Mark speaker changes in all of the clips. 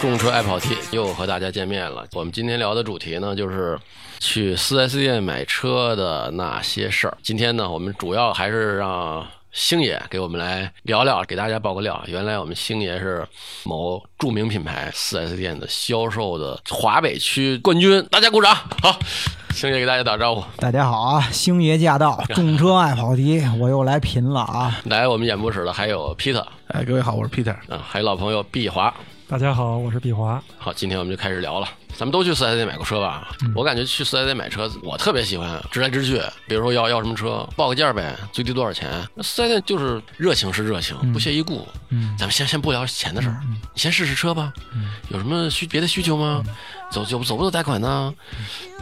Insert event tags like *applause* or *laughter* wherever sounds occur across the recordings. Speaker 1: 众车爱跑题又和大家见面了。我们今天聊的主题呢，就是去 4S 店买车的那些事儿。今天呢，我们主要还是让星爷给我们来聊聊，给大家爆个料。原来我们星爷是某著名品牌 4S 店的销售的华北区冠军，大家鼓掌。好，星爷给大家打招呼。
Speaker 2: 大家好啊，星爷驾到，众车爱跑题，我又来贫了啊！
Speaker 1: 来，我们演播室的还有 Peter
Speaker 3: 哎，各位好，我是 Peter。
Speaker 1: 啊，还有老朋友毕华。
Speaker 4: 大家好，我是毕华。
Speaker 1: 好，今天我们就开始聊了。咱们都去四 S 店买过车吧？
Speaker 2: 嗯
Speaker 1: 我感觉去四 S 店买车，我特别喜欢直来直去。比如说要要什么车，报个价呗，最低多少钱？那四 S 店就是热情是热情，不屑一顾。
Speaker 4: 嗯
Speaker 1: 咱们先先不聊钱的事
Speaker 2: 嗯
Speaker 1: 儿，你先试试车吧。有什么需别的需求吗？
Speaker 2: 嗯
Speaker 1: 走走走不走贷款呢？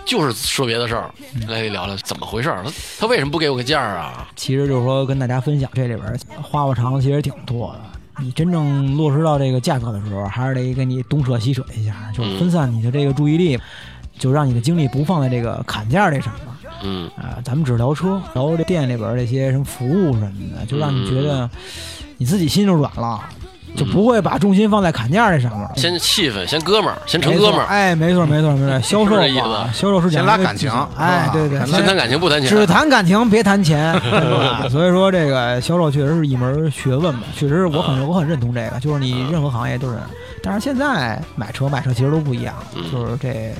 Speaker 1: 就是说别的事儿，
Speaker 2: 嗯
Speaker 1: 来聊聊怎么回事儿，他他为什么不给我个价儿啊？
Speaker 2: 其实就是说跟大家分享，这里边花花肠子其实挺多的。你真正落实到这个价格的时候，还是得给你东扯西扯一下，就是分散你的这个注意力，就让你的精力不放在这个砍价这上面
Speaker 1: 嗯
Speaker 2: 啊、咱们只聊车，聊这店里边这些什么服务什么的，就让你觉得你自己心就软了，就不会把重心放在砍价这上面。
Speaker 1: 先气氛，先哥们儿，先成
Speaker 2: 嗯没
Speaker 1: 哥
Speaker 2: 错
Speaker 1: 们儿，
Speaker 2: 哎，没错，没错，没错，销售
Speaker 1: *laughs* 是这意思
Speaker 2: 嘛，销售是讲
Speaker 3: 先拉
Speaker 2: 究
Speaker 3: 感
Speaker 2: 技巧
Speaker 3: 情
Speaker 2: 哎
Speaker 3: 是，吧
Speaker 2: 对对，
Speaker 3: 先
Speaker 1: 先谈感情不谈
Speaker 2: 只
Speaker 1: 钱。
Speaker 2: 谈感情，别谈钱，
Speaker 3: *laughs*
Speaker 2: 对吧所以说这个销售确实是一门学问吧，确实是我
Speaker 3: 嗯
Speaker 2: 很我很认同这个，就是你任何行业都是，但是现在买车卖车其实都不一样，
Speaker 1: 嗯
Speaker 2: 就是这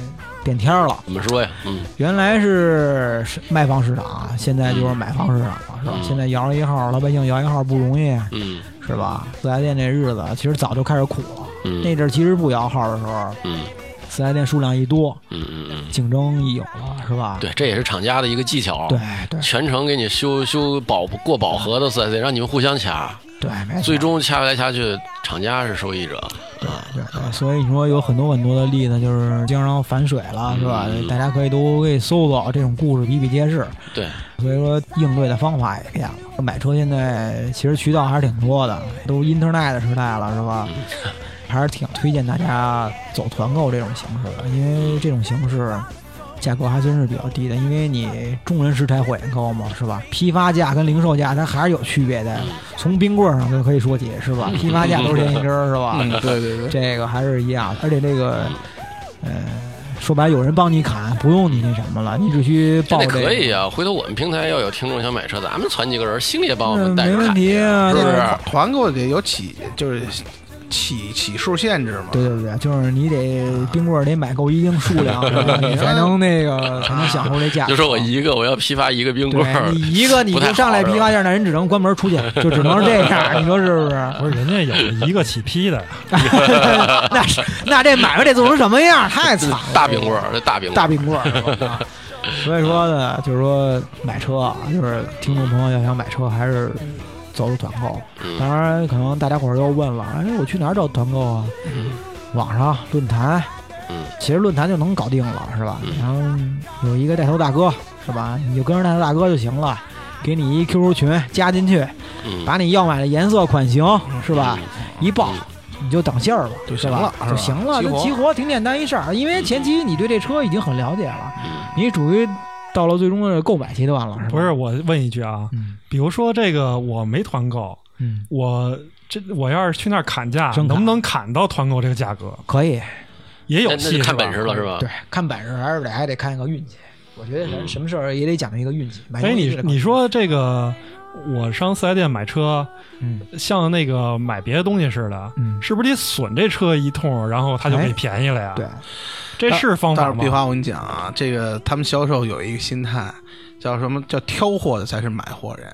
Speaker 2: 变天儿了。
Speaker 1: 怎么说呀？嗯
Speaker 2: 原来是是卖方市场，啊现
Speaker 3: 嗯
Speaker 2: 在就是买方市场了，是吧
Speaker 1: 嗯？
Speaker 2: 现在摇一号，老百姓摇一号不容易，
Speaker 1: 嗯
Speaker 2: 是吧？四 S 店这日子其实早就开始苦了，那
Speaker 1: 嗯
Speaker 2: 阵儿其实不摇号的时候，
Speaker 1: 嗯
Speaker 2: 四 S 店数量一多，
Speaker 1: 嗯嗯嗯。
Speaker 2: 竞争一有了，是吧？
Speaker 1: 对，这也是厂家的一个技巧。
Speaker 2: 对对
Speaker 1: 全程给你修修饱过饱和的四 S 店，让你们互相掐，
Speaker 2: 对，没错
Speaker 1: 最终掐来掐去，厂家是受益者。啊，
Speaker 2: 对对，所以你说有很多很多的例子，就是经常反水了，是吧
Speaker 1: 嗯？
Speaker 2: 大家可以都可以搜搜，这种故事比比皆是。
Speaker 1: 对，
Speaker 2: 所以说应对的方法也变了。买车现在其实渠道还是挺多的，都 internet 时代了，是吧？
Speaker 1: 嗯
Speaker 2: 还是挺推荐大家走团购这种形式的，因为这种形式。价格还真是比较低的，呃因为你众人拾柴火焰高嘛，是吧？批发价跟零售价它还是有区别的，从冰棍儿上就可以说起，是
Speaker 1: 嗯
Speaker 2: 吧？批发价都是钱一根儿，是吧？
Speaker 3: 嗯，对对对，
Speaker 2: 这个还是一样，而且这个，呃，说白了，有人帮你砍，不用你那什么了，你只需
Speaker 1: 这
Speaker 2: 报
Speaker 1: 得
Speaker 2: 这个。
Speaker 1: 可以啊！回头我们平台要有听众想买车，咱们攒几个人，星爷帮我们
Speaker 2: 嗯
Speaker 1: 带
Speaker 2: 没
Speaker 1: 着
Speaker 2: 问
Speaker 1: 看，
Speaker 2: 题啊，
Speaker 1: 是不
Speaker 2: 对
Speaker 1: 是？
Speaker 3: 团购得有起，就是起起数限制嘛。
Speaker 2: 对对对，就是你
Speaker 1: 啊
Speaker 2: 得冰棍儿得买够一定数
Speaker 1: *laughs*
Speaker 2: 量，是吧你才能那个才能享受这价格。
Speaker 1: 就说我一个，我要批发一个冰棍
Speaker 2: 对
Speaker 1: 儿，
Speaker 2: 你一个你
Speaker 1: 不
Speaker 2: 就
Speaker 1: 太好
Speaker 2: 上来
Speaker 1: 是吧
Speaker 2: 批发价，那人只能关门出去，就只能这
Speaker 1: *laughs*
Speaker 2: 样，你说是不是？
Speaker 4: 不是，人家有一个起
Speaker 2: *laughs*
Speaker 4: 批的，
Speaker 2: 那是那这买卖得做成什么样？太惨了，
Speaker 1: 大冰棍儿，这大冰棍
Speaker 2: 大
Speaker 1: 儿，
Speaker 2: 冰棍儿。啊 *laughs* 所以说呢，就是说买车啊，就是听众朋友要想买车，还是走入团购。
Speaker 1: 嗯
Speaker 2: 当然，可能大家伙儿又问了，哎，我去哪儿找团购啊？网上论坛，
Speaker 1: 嗯
Speaker 2: 其实论坛就能搞定了，是吧
Speaker 1: 嗯？
Speaker 2: 然后有一个带头大哥，是吧？你就跟着带头大哥就行了，给你一 QQ 群加进去，
Speaker 1: 嗯，
Speaker 2: 把你要买的颜色、款型，是吧？一报
Speaker 1: 嗯。
Speaker 2: 你就等信儿吧，
Speaker 3: 就是行
Speaker 2: 吧
Speaker 3: 了是吧
Speaker 2: 就行了，
Speaker 3: 激
Speaker 2: 就
Speaker 3: 活
Speaker 2: 激活挺简单一事儿，因为前期你对这车已经很了解了，
Speaker 1: 嗯
Speaker 2: 你属于到了最终的购买阶段了，是吧？
Speaker 4: 不是，我问一句啊，
Speaker 2: 嗯
Speaker 4: 比如说这个我没团购，
Speaker 2: 嗯，
Speaker 4: 我这我要是去那儿砍价，
Speaker 2: 真砍
Speaker 4: 能不能砍到团购这个价格？
Speaker 2: 可以，
Speaker 4: 也有啊
Speaker 1: 那那就
Speaker 4: 戏
Speaker 1: 是看
Speaker 4: 吧
Speaker 1: 本事了是？吧？
Speaker 2: 对，看本事还是得还得看一个运气。我觉得
Speaker 1: 嗯
Speaker 2: 咱什么事儿也得讲究一个运气。买
Speaker 4: 所以
Speaker 2: 东西
Speaker 4: 哎你
Speaker 2: 这个
Speaker 4: 你说这个，我上四 S 店买车，
Speaker 2: 嗯
Speaker 4: 像那个买别的东西似的，
Speaker 2: 嗯，
Speaker 4: 是不是得损这车一通，然后他就
Speaker 2: 哎
Speaker 4: 给便宜了呀？
Speaker 2: 对，，
Speaker 4: 这是方
Speaker 3: 但
Speaker 4: 法
Speaker 3: 是
Speaker 4: 吗
Speaker 3: 毕？华，我跟你讲啊，这个他们销售有一个心态，叫什么叫挑货的才是买货人。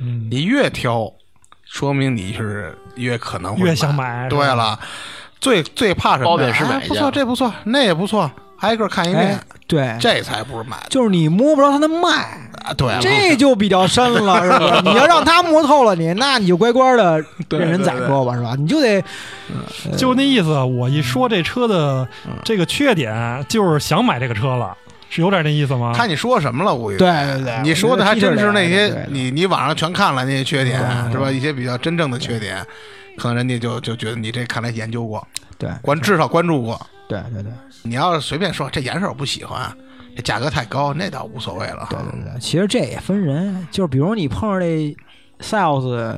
Speaker 4: 嗯，
Speaker 3: 你越挑，说明你是越可能会
Speaker 4: 越想。买，
Speaker 3: 对
Speaker 4: 是吧，
Speaker 3: 了，最最怕什么呀？
Speaker 1: 褒贬是买家
Speaker 3: 哎不错，这不错，那也不错，挨个儿看一遍
Speaker 2: 哎，对，哎
Speaker 3: 这才不是买的
Speaker 2: 就是你摸不着它的脉，
Speaker 3: 啊。对了，
Speaker 2: 这就比较深 *laughs* 了，是吧？你要让它摸透了你，那你就乖乖的
Speaker 3: 对
Speaker 2: 任人宰
Speaker 3: 对对
Speaker 2: 割吧，是吧？你就得呃
Speaker 4: 就那意思，我一
Speaker 2: 嗯
Speaker 4: 说这车的这个缺点，就是想买这个车了，是有点那意思吗？
Speaker 3: 看你说什么了，我
Speaker 2: 对对对，
Speaker 3: 你说的还真是
Speaker 2: 对
Speaker 3: 那
Speaker 2: 对
Speaker 3: 些
Speaker 2: 对
Speaker 3: 你你网上全看了那些缺点
Speaker 2: 对
Speaker 3: 是吧？一些比较真正的缺点，可能人家就就觉得你这看来研究过，
Speaker 2: 对
Speaker 3: 关至少关注过。
Speaker 2: 对对对
Speaker 3: 你要是随便说这颜色我不喜欢，这价格太高，那倒无所谓了。
Speaker 2: 对对对，其实这也分人，就是比如你碰上这 sales，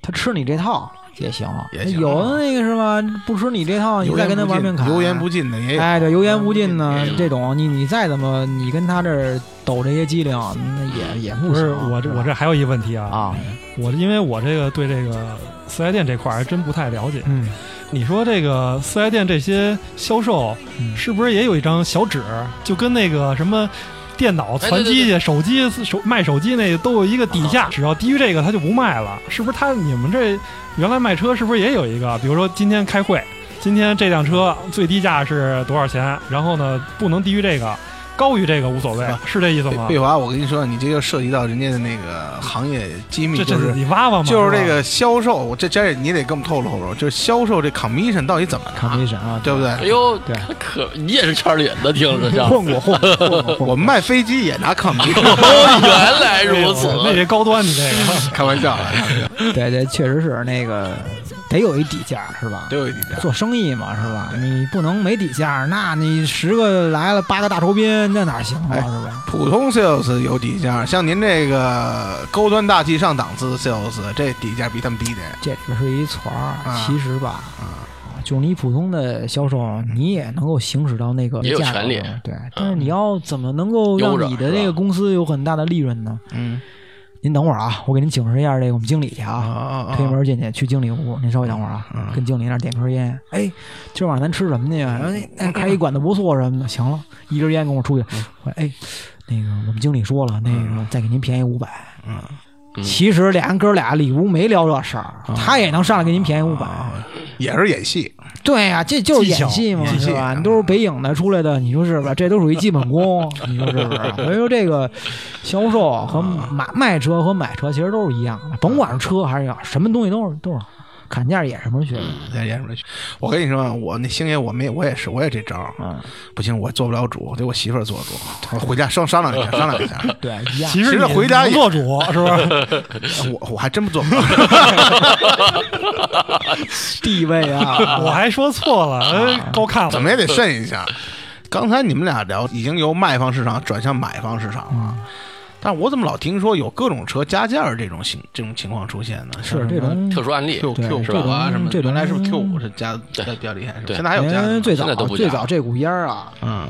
Speaker 2: 他吃你这套，也行，
Speaker 3: 也行啊
Speaker 2: 有的那个是吧？不吃你这套，你
Speaker 3: 油
Speaker 2: 再
Speaker 3: 盐
Speaker 2: 跟他
Speaker 3: 不
Speaker 2: 玩
Speaker 3: 进
Speaker 2: 命砍，
Speaker 3: 油盐不进的也有。
Speaker 2: 哎，对，油盐无尽呢
Speaker 1: 也有，
Speaker 2: 这种你你再怎么你跟他这儿抖这些机灵，那也也不
Speaker 4: 不是
Speaker 2: 行。啊
Speaker 4: 我这
Speaker 2: 是吧
Speaker 4: 我这还有一问题啊，
Speaker 2: 啊，
Speaker 4: 我因为我这个对这个四 S 店这块儿还真不太了解。
Speaker 2: 嗯，
Speaker 4: 你说这个四 S 店这些销售
Speaker 2: 嗯
Speaker 4: 是不是也有一张小纸，就跟那个什么？电脑、
Speaker 1: 对
Speaker 4: 传机
Speaker 1: 对
Speaker 4: 去、手机、手卖手机那个都有一个底价，只要低于这个他就不卖了，是不是他？你们这原来卖车是不是也有一个？比如说今天开会，今天这辆车最低价是多少钱？然后呢，不能低于这个，高于这个无所谓
Speaker 3: 啊，
Speaker 4: 是这意思
Speaker 3: 贝
Speaker 4: 吗？
Speaker 3: 贝华，我跟你说，你这就涉及到人家的那个行业机密，
Speaker 4: 这
Speaker 3: 就
Speaker 4: 这
Speaker 3: 是
Speaker 4: 你挖挖嘛，
Speaker 3: 就是
Speaker 4: 吧
Speaker 3: 这个销售，我这这你得给我们透露透露，就是销售这 commission 到底怎么
Speaker 2: 看
Speaker 3: 拿，
Speaker 2: 没神啊，
Speaker 3: 对不
Speaker 1: 哎
Speaker 3: 对？
Speaker 1: 呦，
Speaker 2: 对
Speaker 1: 可可你也是圈里人的，听着像。
Speaker 2: 混过混过混过，
Speaker 3: 我们卖飞机也拿 commission，
Speaker 1: 哦，原来如此
Speaker 4: 哎。呦那这高端，你这个
Speaker 3: *laughs* 开玩笑啊，
Speaker 2: 对对，确实是那个得有一底价是吧？
Speaker 3: 都有一点。
Speaker 2: 做生意嘛是吧？你不能没底价，那你十个来了八个大酬宾，那哪行啊
Speaker 3: 哎
Speaker 2: 是吧？
Speaker 3: 普通 sales 有底价，像您这个高端大气上档次的 sales，这底价比他们低点。
Speaker 2: 这里边是一撮儿
Speaker 3: 啊，
Speaker 2: 其实吧。啊就是你普通的销售，你也能够行使到那个
Speaker 1: 也有
Speaker 2: 价格
Speaker 1: 权利嗯
Speaker 2: 上对。但是你要怎么能够
Speaker 1: 悠
Speaker 2: 让
Speaker 1: 着
Speaker 2: 你的
Speaker 1: 是
Speaker 2: 这个
Speaker 1: 吧
Speaker 2: 公司有很大的利润呢？
Speaker 3: 嗯
Speaker 2: 您等会儿啊，我给您请示一下这个我们经理去
Speaker 3: 啊
Speaker 2: 啊。
Speaker 3: 啊啊！
Speaker 2: 推门进去，去经理屋，您稍微等会儿啊
Speaker 3: 嗯，
Speaker 2: 跟经理那儿点根烟。哎，今儿晚上咱吃什么去呀？哎，哎开一馆子不错什么的。行了，一根烟跟我出去。
Speaker 3: 嗯
Speaker 2: 我说哎，那个我们经理说了，那个再给您便宜五百。
Speaker 1: 嗯
Speaker 2: 其实俩人哥俩里屋没聊这事儿，
Speaker 3: 嗯
Speaker 2: 他也能上来给您便宜五百。
Speaker 3: 啊也是演戏，
Speaker 2: 对呀、这就是
Speaker 4: 技巧
Speaker 2: 演戏嘛，
Speaker 3: 演戏
Speaker 2: 是吧？
Speaker 3: 嗯
Speaker 2: 你都是北影的出来的，你说是吧？这都属于基本功，你说是不是？所以说这个销售和买卖车和买车其实都是一样的，甭管是车还是要什么东西都是都是砍价也是门学问。
Speaker 3: 演演什么戏？我跟你说，我那星爷，我没，我也是，我也这招儿，
Speaker 2: 嗯，
Speaker 3: 不行，我做不了主，得我媳妇儿做主。我回家商商量 *laughs* 一下，商量一下。
Speaker 2: 对，一样。
Speaker 4: 其实你
Speaker 3: 其实回家也
Speaker 4: 不做主是吧？
Speaker 3: 我我还真 *laughs* 不做不到。
Speaker 2: 地位啊，
Speaker 4: 我还说错了，哎高看了，
Speaker 3: 怎么也得慎一下。刚才你们俩聊已经由卖方市场转向买方市场了，但我怎么老听说有各种车加价儿这种情这种情况出现
Speaker 2: *laughs*
Speaker 3: 呢？
Speaker 2: 是这种
Speaker 1: 嗯特殊案例，
Speaker 3: Q
Speaker 2: 对
Speaker 3: Q
Speaker 1: 这
Speaker 3: 五啊
Speaker 2: 种
Speaker 3: 什么的，
Speaker 2: 这种
Speaker 3: 原来是不是 Q 五是加
Speaker 1: 对
Speaker 3: 加比较厉害？是吧
Speaker 1: 对
Speaker 3: 现在还有加的吗
Speaker 2: 人哎最
Speaker 1: 现在
Speaker 2: 早
Speaker 1: 都不
Speaker 2: 最
Speaker 1: 加
Speaker 2: 早这股烟儿啊，
Speaker 3: 嗯，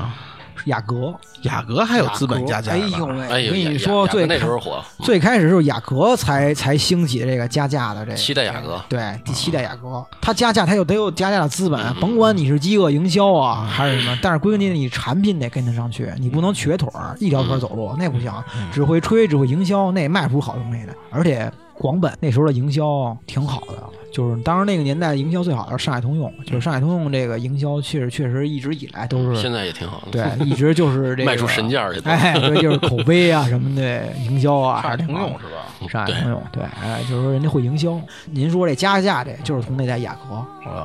Speaker 2: 是雅阁，
Speaker 3: 雅阁还有资本加
Speaker 2: 雅
Speaker 3: 价
Speaker 2: 阁
Speaker 3: 儿
Speaker 2: 哎
Speaker 3: 吧，
Speaker 2: 呦喂，
Speaker 1: 哎
Speaker 2: 我
Speaker 1: 呦，
Speaker 2: 跟
Speaker 1: 雅
Speaker 2: 你说，
Speaker 1: 雅阁
Speaker 2: 最
Speaker 1: 那时
Speaker 2: 开
Speaker 1: 候火，
Speaker 2: 最开始就是雅阁才才兴起这个加价的这个
Speaker 1: 七代雅阁，
Speaker 2: 对，第七
Speaker 1: 嗯
Speaker 2: 代雅阁，它加价，它就得有加价的资本，甭管你是饥饿营销
Speaker 1: 嗯
Speaker 2: 啊还是什么，但是归根结底，你产品得跟得上去，你不能瘸腿儿一条腿儿走
Speaker 1: 嗯
Speaker 2: 路，那不行，只会吹，只会营销，那也卖不出好东西的。而且广本那时候的营销挺好的，就是当时那个年代营销最好的是上海通用，就是上海通用这个营销确实确实一直以来都是
Speaker 1: 嗯
Speaker 2: 嗯
Speaker 1: 现在也挺好的，
Speaker 2: 对，一直就是这个
Speaker 1: *laughs* 卖出神。价儿去了。
Speaker 2: 哎，对，就是口碑啊什么的，营销啊，还
Speaker 3: 上海
Speaker 2: 是啊挺
Speaker 3: 通
Speaker 2: 好的
Speaker 3: 用是吧？
Speaker 2: 上海
Speaker 1: 对
Speaker 2: 通用，对，哎，就是说人家会营销。您说这加价这，就是从那代雅阁
Speaker 3: 啊，
Speaker 1: 嗯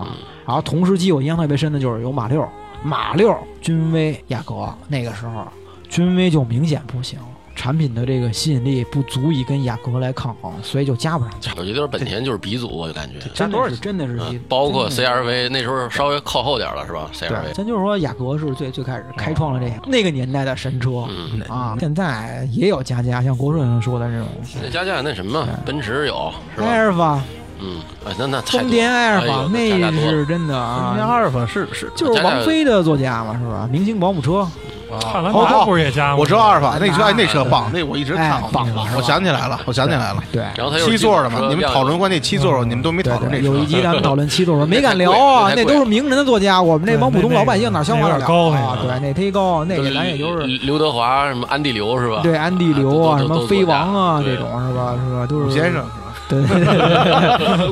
Speaker 2: 啊，然后同时期我印象特别深的就是有马六、马六、君威、雅阁，那个时候君威就明显不行，产品的这个吸引力不足以跟雅阁来抗衡，所以就加不上价。
Speaker 1: 我觉得本田就是鼻祖，我就感觉，
Speaker 2: 真的是真的是一
Speaker 1: 嗯，包括
Speaker 2: 真的是
Speaker 1: CRV 那时候稍微靠后点儿了，是吧
Speaker 2: 对，
Speaker 1: ？CRV，
Speaker 2: 咱就是说雅阁是最最开始开创了这个那个年代的神车
Speaker 1: 哦嗯，
Speaker 2: 啊，现在也有加价，像国顺说的这种
Speaker 1: 那加价那什么，
Speaker 2: 啊
Speaker 1: 奔驰有是
Speaker 2: 埃
Speaker 1: 吧？
Speaker 2: 尔法、
Speaker 1: 嗯，哎，那那太
Speaker 2: 哎丰田埃尔
Speaker 1: 哎
Speaker 2: 法
Speaker 1: 呦，那
Speaker 2: 那
Speaker 1: 加价多了
Speaker 2: 是真的啊，
Speaker 3: 阿尔法是是，
Speaker 2: 就是王菲的座驾嘛，是吧？明星保姆车，啊
Speaker 1: 啊
Speaker 4: 汉兰
Speaker 3: 哦
Speaker 4: 达
Speaker 3: 哦
Speaker 4: 不是也加吗？
Speaker 3: 我知道阿尔法那车，哎，那车
Speaker 1: 哎
Speaker 3: 棒，那我一直看好
Speaker 2: 哎棒了是吧
Speaker 3: 我想起来了，我想起来了，
Speaker 2: 对
Speaker 1: 然后它又是
Speaker 3: 七座的嘛
Speaker 1: 进口，车
Speaker 3: 你们讨论过那七座，你们都
Speaker 2: 嗯
Speaker 3: 没
Speaker 2: 对
Speaker 3: 讨论这
Speaker 2: 对，
Speaker 3: 车。
Speaker 2: 有一集
Speaker 1: *laughs*
Speaker 2: 咱们讨论七座没
Speaker 1: 那太
Speaker 2: 敢聊
Speaker 1: 贵
Speaker 2: 啊，
Speaker 1: 那太
Speaker 2: 那
Speaker 1: 贵
Speaker 2: 都是名人的座驾，我们这帮普通
Speaker 4: 对那
Speaker 2: 老百姓哪消化得
Speaker 4: 那
Speaker 2: 了
Speaker 4: 有点高那个
Speaker 2: 啊？对，那忒高，那
Speaker 1: 就是
Speaker 2: 个咱也就是
Speaker 1: 刘德华什么安迪刘是吧？
Speaker 2: 对安迪刘啊，
Speaker 1: 都
Speaker 2: 什
Speaker 1: 都
Speaker 2: 么
Speaker 1: 都
Speaker 2: 飞王啊
Speaker 1: 都
Speaker 2: 这种是吧？是吧？都是
Speaker 3: 武先生，是吧？
Speaker 1: *laughs*
Speaker 2: 对，对对对对